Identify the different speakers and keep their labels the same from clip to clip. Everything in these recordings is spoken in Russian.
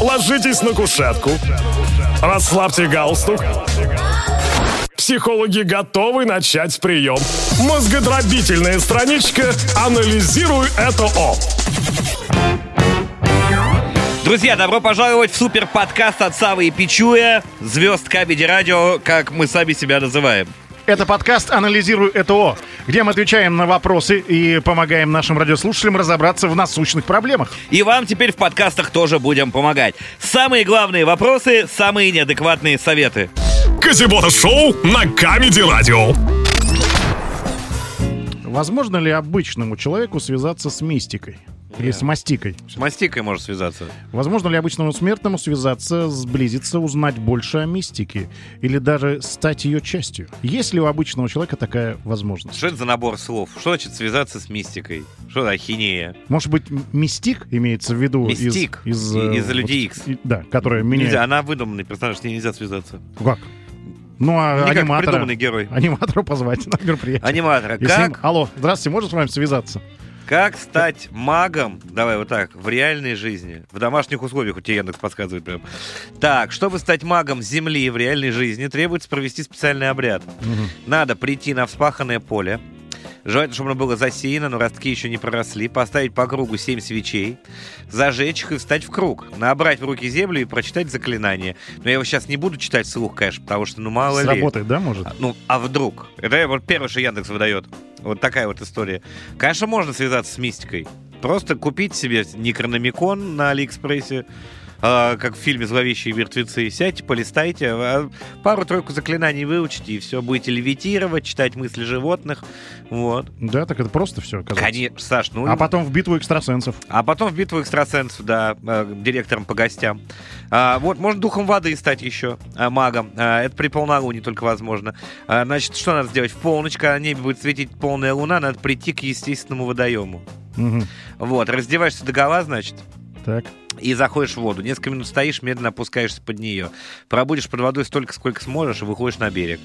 Speaker 1: Ложитесь на кушетку. Расслабьте галстук. Психологи готовы начать прием. Мозгодробительная страничка «Анализируй это О».
Speaker 2: Друзья, добро пожаловать в супер подкаст от Савы и Пичуя, звезд Кабеди Радио, как мы сами себя называем.
Speaker 3: Это подкаст «Анализирую ЭТО», где мы отвечаем на вопросы и помогаем нашим радиослушателям разобраться в насущных проблемах.
Speaker 2: И вам теперь в подкастах тоже будем помогать. Самые главные вопросы, самые неадекватные советы.
Speaker 1: Казибота Шоу на Камеди Радио.
Speaker 3: Возможно ли обычному человеку связаться с мистикой? Или с мастикой?
Speaker 2: С мастикой можно связаться.
Speaker 3: Возможно ли обычному смертному связаться, сблизиться, узнать больше о мистике? Или даже стать ее частью? Есть ли у обычного человека такая возможность?
Speaker 2: Что это за набор слов? Что значит связаться с мистикой? Что за ахинея?
Speaker 3: Может быть, м- мистик имеется в виду? из-
Speaker 2: Мистик.
Speaker 3: Из,
Speaker 2: И-
Speaker 3: э,
Speaker 2: из
Speaker 3: вот-
Speaker 2: Людей Икс.
Speaker 3: и- да, которая меняет...
Speaker 2: Нельзя, она выдуманный персонаж, с ней нельзя связаться.
Speaker 3: Как? Ну, а
Speaker 2: Никак
Speaker 3: аниматора...
Speaker 2: придуманный герой.
Speaker 3: Аниматора позвать на мероприятие.
Speaker 2: Аниматора.
Speaker 3: Если им-
Speaker 2: Как,
Speaker 3: Алло, здравствуйте, можно с вами связаться?
Speaker 2: как стать магом, давай вот так, в реальной жизни, в домашних условиях, у тебя Яндекс подсказывает прям. Так, чтобы стать магом Земли в реальной жизни, требуется провести специальный обряд. Надо прийти на вспаханное поле, желательно, чтобы оно было засеяно, но ростки еще не проросли, поставить по кругу 7 свечей, зажечь их и встать в круг, набрать в руки землю и прочитать заклинание. Но я его сейчас не буду читать вслух, конечно, потому что, ну, мало ли.
Speaker 3: Сработает, да, может?
Speaker 2: А, Ну, а вдруг? Это вот первое, что Яндекс выдает. Вот такая вот история. Конечно, можно связаться с мистикой. Просто купить себе некрономикон на Алиэкспрессе, а, как в фильме «Зловещие мертвецы». Сядьте, полистайте, а, пару-тройку заклинаний выучите, и все, будете левитировать, читать мысли животных. Вот.
Speaker 3: Да, так это просто все оказалось.
Speaker 2: Конечно, Саш, ну...
Speaker 3: А потом в битву экстрасенсов.
Speaker 2: А потом в битву экстрасенсов, да, э, директором по гостям. А, вот, может, духом воды стать еще а, магом. А, это при полнолунии только возможно. А, значит, что надо сделать? В полночь, когда на небе будет светить полная луна, надо прийти к естественному водоему.
Speaker 3: Мгм.
Speaker 2: Вот, раздеваешься догола, значит,
Speaker 3: Так.
Speaker 2: и заходишь в воду. Несколько минут стоишь, медленно опускаешься под нее. Пробудешь под водой столько, сколько сможешь, и выходишь на берег.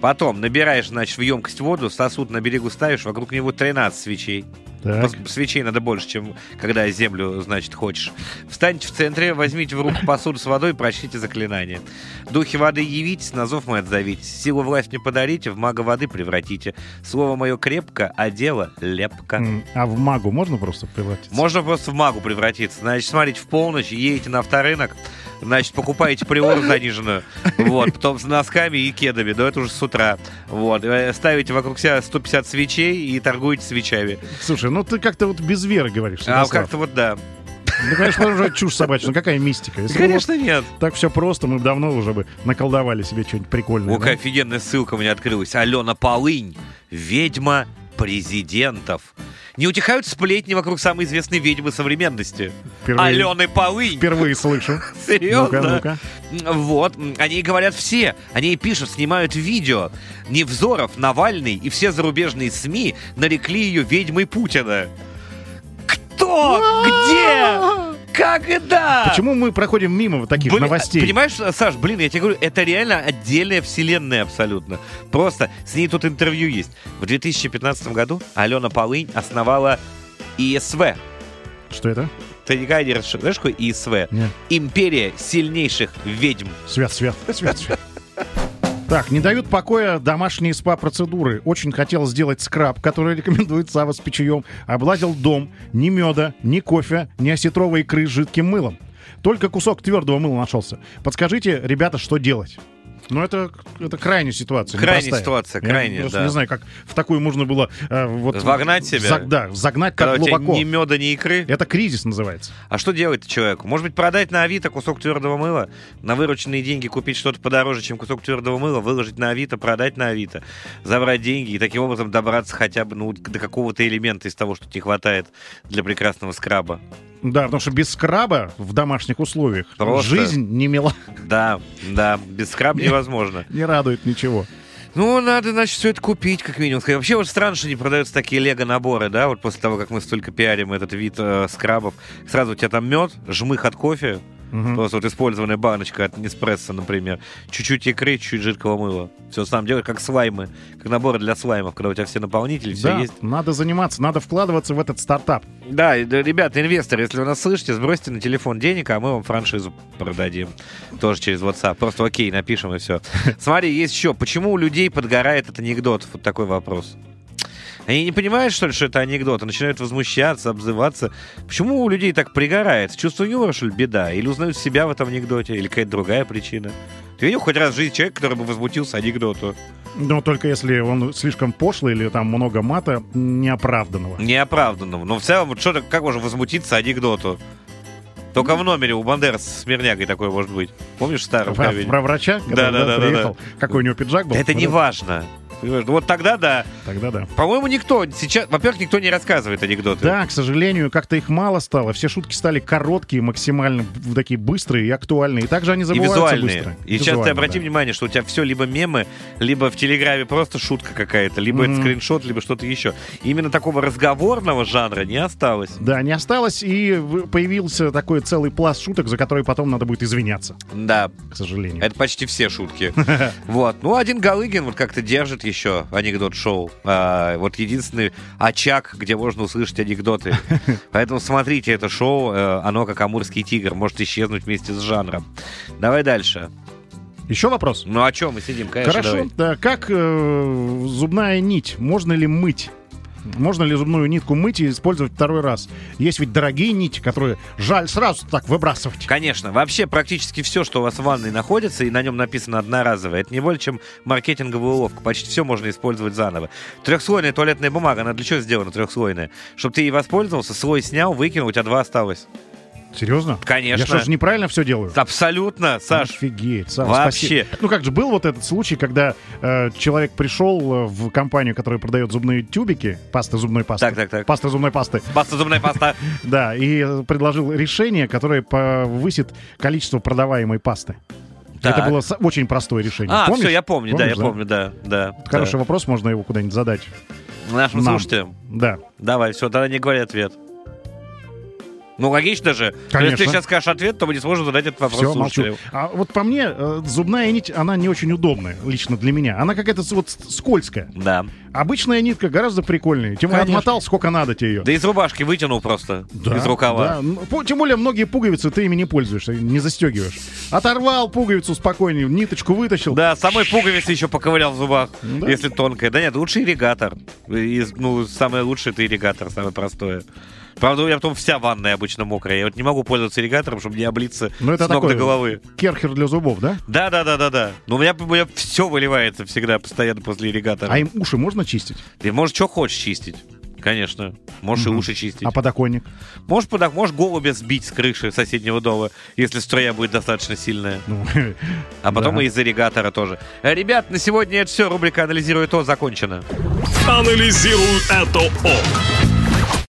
Speaker 2: Потом набираешь, значит, в емкость воду, сосуд на берегу ставишь, вокруг него 13 свечей.
Speaker 3: Так.
Speaker 2: Просто Свечей надо больше, чем когда землю, значит, хочешь. Встаньте в центре, возьмите в руку посуду с водой и прочтите заклинание. Духи воды явитесь, на зов мой отзовитесь. Силу власть мне подарите, в мага воды превратите. Слово мое крепко, а дело лепко.
Speaker 3: М, А в магу можно просто превратиться?
Speaker 2: Можно просто в магу превратиться. Значит, смотрите, в полночь едете на авторынок, значит, покупаете приору заниженную, вот, потом с носками и кедами, но это уже с утра, вот, Э, ставите вокруг себя 150 свечей и торгуете свечами.
Speaker 3: Слушай, ну ты как-то вот без веры говоришь.
Speaker 2: А
Speaker 3: Святослав.
Speaker 2: как-то вот да.
Speaker 3: Ну, конечно, это уже чушь собачья. Ну какая мистика? Если бы
Speaker 2: Конечно, нет.
Speaker 3: вот так все просто, мы бы давно уже бы наколдовали себе что-нибудь прикольное.
Speaker 2: О,
Speaker 3: да?
Speaker 2: какая офигенная ссылка у меня открылась. Алена Полынь. Ведьма президентов. Не утихают сплетни вокруг самой известной ведьмы современности.
Speaker 3: Впервые-
Speaker 2: Алены Полынь.
Speaker 3: Впервые слышу.
Speaker 2: Серьезно?
Speaker 3: Ну-ка, ну-ка.
Speaker 2: Вот, м, о ней говорят все, о ней пишут, снимают видео. Невзоров, Навальный и все зарубежные СМИ нарекли ее ведьмой Путина. Кто? Где? Когда?
Speaker 3: А! Почему мы проходим мимо вот таких
Speaker 2: Блин,
Speaker 3: новостей?
Speaker 2: Понимаешь, Саш, блин, я тебе говорю, это реально отдельная вселенная абсолютно. Просто с ней тут интервью есть. В 2015 году Алена Полынь основала ИСВ.
Speaker 3: Что это?
Speaker 2: Ты никогда не расш- знаешь, какое ИСВ?
Speaker 3: Нет.
Speaker 2: Империя сильнейших ведьм.
Speaker 3: Свят, свят, свят, свят. Так, не дают покоя домашние спа-процедуры. Очень хотел сделать скраб, который рекомендует Сава с печаем. Облазил дом. Ни меда, ни кофе, ни осетровой икры с жидким мылом. Только кусок твердого мыла нашелся. Подскажите, ребята, что делать? Ну, это, это крайняя ситуация.
Speaker 2: Крайняя
Speaker 3: непростая.
Speaker 2: ситуация,
Speaker 3: Я
Speaker 2: крайняя,
Speaker 3: просто
Speaker 2: да.
Speaker 3: не знаю, как в такую можно было... э, вот,
Speaker 2: Вогнать себя?
Speaker 3: заг- да, загнать
Speaker 2: Когда
Speaker 3: как
Speaker 2: у тебя
Speaker 3: глубоко.
Speaker 2: ни меда, ни икры.
Speaker 3: Это кризис называется.
Speaker 2: А что делает человек? Может быть, продать на Авито кусок твердого мыла, на вырученные деньги купить что-то подороже, чем кусок твердого мыла, выложить на Авито, продать на Авито, забрать деньги и таким образом добраться хотя бы ну, до какого-то элемента из того, что тебе хватает для прекрасного скраба.
Speaker 3: Да, потому что без скраба в домашних условиях
Speaker 2: Просто.
Speaker 3: жизнь не мила.
Speaker 2: Да, да, без скраба невозможно.
Speaker 3: Не радует ничего.
Speaker 2: Ну, надо, значит, все это купить, как минимум. Хотя Вообще, вот странно, что не продаются такие лего-наборы, да, вот после того, как мы столько пиарим этот вид э, скрабов. Сразу у тебя там мед, жмых от кофе, Просто вот использованная баночка от Неспрессо, например. Чуть-чуть икры, чуть-чуть жидкого мыла. Все сам делаешь, как слаймы. Как наборы для слаймов, когда у тебя все наполнители, все
Speaker 3: Да,
Speaker 2: есть.
Speaker 3: надо заниматься, надо вкладываться в этот стартап.
Speaker 2: Да, и, да, ребята, инвесторы, если вы нас слышите, сбросьте на телефон денег, а мы вам франшизу продадим. Тоже через WhatsApp. Просто окей, напишем и все. Смотри, есть еще. Почему у людей подгорает от анекдотов? Вот такой вопрос. Они не понимают, что ли, что это анекдот, и начинают возмущаться, обзываться. Почему у людей так пригорает? Чувство юмора, что ли, беда? Или узнают себя в этом анекдоте, или какая-то другая причина? Ты видел хоть раз в жизни человека, который бы возмутился анекдоту?
Speaker 3: Но только если он слишком пошлый или там много мата неоправданного.
Speaker 2: Неоправданного. Но Ну, в целом, вот что, как можно возмутиться анекдоту? Только в номере у Бандера с Мирнягой такое может быть. Помнишь старый?
Speaker 3: Про, про врача, который
Speaker 2: Да, да, да, да,
Speaker 3: приехал, какой у него пиджак был.
Speaker 2: Это
Speaker 3: Вот
Speaker 2: не важно. Понимаешь, ну Вот тогда да.
Speaker 3: Тогда да.
Speaker 2: По-моему, никто сейчас... Во-первых, никто не рассказывает анекдоты.
Speaker 3: Да, к сожалению, как-то их мало стало. Все шутки стали короткие, максимально б- такие быстрые и актуальные. И также они
Speaker 2: И
Speaker 3: забываются быстро.
Speaker 2: визуальные. И сейчас ты
Speaker 3: Визуально,
Speaker 2: обрати
Speaker 3: да.
Speaker 2: внимание, что у тебя все либо мемы, либо в Телеграме просто шутка какая-то, либо это
Speaker 3: Мгм.
Speaker 2: скриншот, либо что-то еще. Именно такого разговорного жанра не осталось.
Speaker 3: Да, не осталось, и в- появился такой целый пласт шуток, за которые потом надо будет извиняться,
Speaker 2: Да,
Speaker 3: к сожалению.
Speaker 2: Это почти все шутки. Вот. Ну, один Галыгин вот как-то держит еще анекдот-шоу. А, вот единственный очаг, где можно услышать анекдоты. Поэтому смотрите это шоу. э, Оно как амурский тигр. Может исчезнуть вместе с жанром. Давай дальше.
Speaker 3: Еще вопрос?
Speaker 2: Ну, о чем мы сидим, конечно.
Speaker 3: Хорошо.
Speaker 2: давай.
Speaker 3: Да, как э, зубная нить? Можно ли мыть? Можно ли зубную нитку мыть и использовать второй раз? Есть ведь дорогие нити, которые жаль сразу так выбрасывать.
Speaker 2: Конечно. Вообще практически все, что у вас в ванной находится, и на нем написано одноразовое, это не более чем маркетинговая уловка. Почти все можно использовать заново. Трехслойная туалетная бумага, она для чего сделана трехслойная? Чтобы ты ей воспользовался, слой снял, выкинул, у тебя два осталось.
Speaker 3: Серьезно?
Speaker 2: Конечно.
Speaker 3: Я что же неправильно все делаю?
Speaker 2: Абсолютно, Саш.
Speaker 3: Офигеть, Саш,
Speaker 2: Вообще.
Speaker 3: спасибо. Ну как же, был вот этот случай, когда э, человек пришел э, в компанию, которая продает зубные тюбики, пасты зубной пасты.
Speaker 2: Так, так, так.
Speaker 3: Паста зубной пасты,
Speaker 2: Паста зубная паста.
Speaker 3: да, и э, предложил решение, которое повысит количество продаваемой пасты. Это
Speaker 2: Так.
Speaker 3: было со- очень простое решение.
Speaker 2: А,
Speaker 3: Помнишь?
Speaker 2: все, я помню, да, я
Speaker 3: Помнишь,
Speaker 2: помню, да, да. да.
Speaker 3: Хороший вопрос, можно его куда-нибудь задать.
Speaker 2: Нашим
Speaker 3: Нам.
Speaker 2: слушателям.
Speaker 3: Да.
Speaker 2: Давай, все, тогда не говори ответ. Ну, логично же.
Speaker 3: Конечно.
Speaker 2: Если ты сейчас скажешь ответ, то мы не сможем задать этот вопрос
Speaker 3: Все, молчу.
Speaker 2: слушателям.
Speaker 3: А вот по мне, э, зубная нить, она не очень удобная, лично для меня. Она какая-то с- вот с- скользкая.
Speaker 2: Да.
Speaker 3: Обычная нитка гораздо прикольнее. Тем более
Speaker 2: Конечно.
Speaker 3: отмотал, сколько надо тебе ее.
Speaker 2: Да из рубашки вытянул просто.
Speaker 3: Да,
Speaker 2: из рукава.
Speaker 3: да. Ну, по- Тем более многие пуговицы ты ими не пользуешься, не застегиваешь. Оторвал пуговицу спокойнее, ниточку вытащил.
Speaker 2: Да, самой пуговицы еще поковырял в зубах,
Speaker 3: Ну да.
Speaker 2: если тонкая. Да нет, лучше ирригатор. Из- ну, самое лучшее это ирригатор, самое простое. Правда, у меня потом вся ванная обычно мокрая. Я вот не могу пользоваться ирригатором, чтобы не облиться
Speaker 3: Ну, это
Speaker 2: с ног
Speaker 3: такой
Speaker 2: до головы.
Speaker 3: керхер для зубов, да?
Speaker 2: Да, да, да, да, да. Но у меня, у меня все выливается всегда постоянно после ирригатора.
Speaker 3: А им уши можно чистить? А
Speaker 2: Ты можешь что хочешь чистить. Конечно. Можешь и
Speaker 3: Мгм.
Speaker 2: уши чистить.
Speaker 3: А подоконник?
Speaker 2: Можешь, подо- можешь голубя сбить с крыши соседнего дома, если струя будет достаточно сильная.
Speaker 3: Ну,
Speaker 2: А потом
Speaker 3: да.
Speaker 2: и из ирригатора тоже. Э, Ребят, на сегодня это все. Рубрика «Анализирую то» закончена.
Speaker 1: Анализирую это О.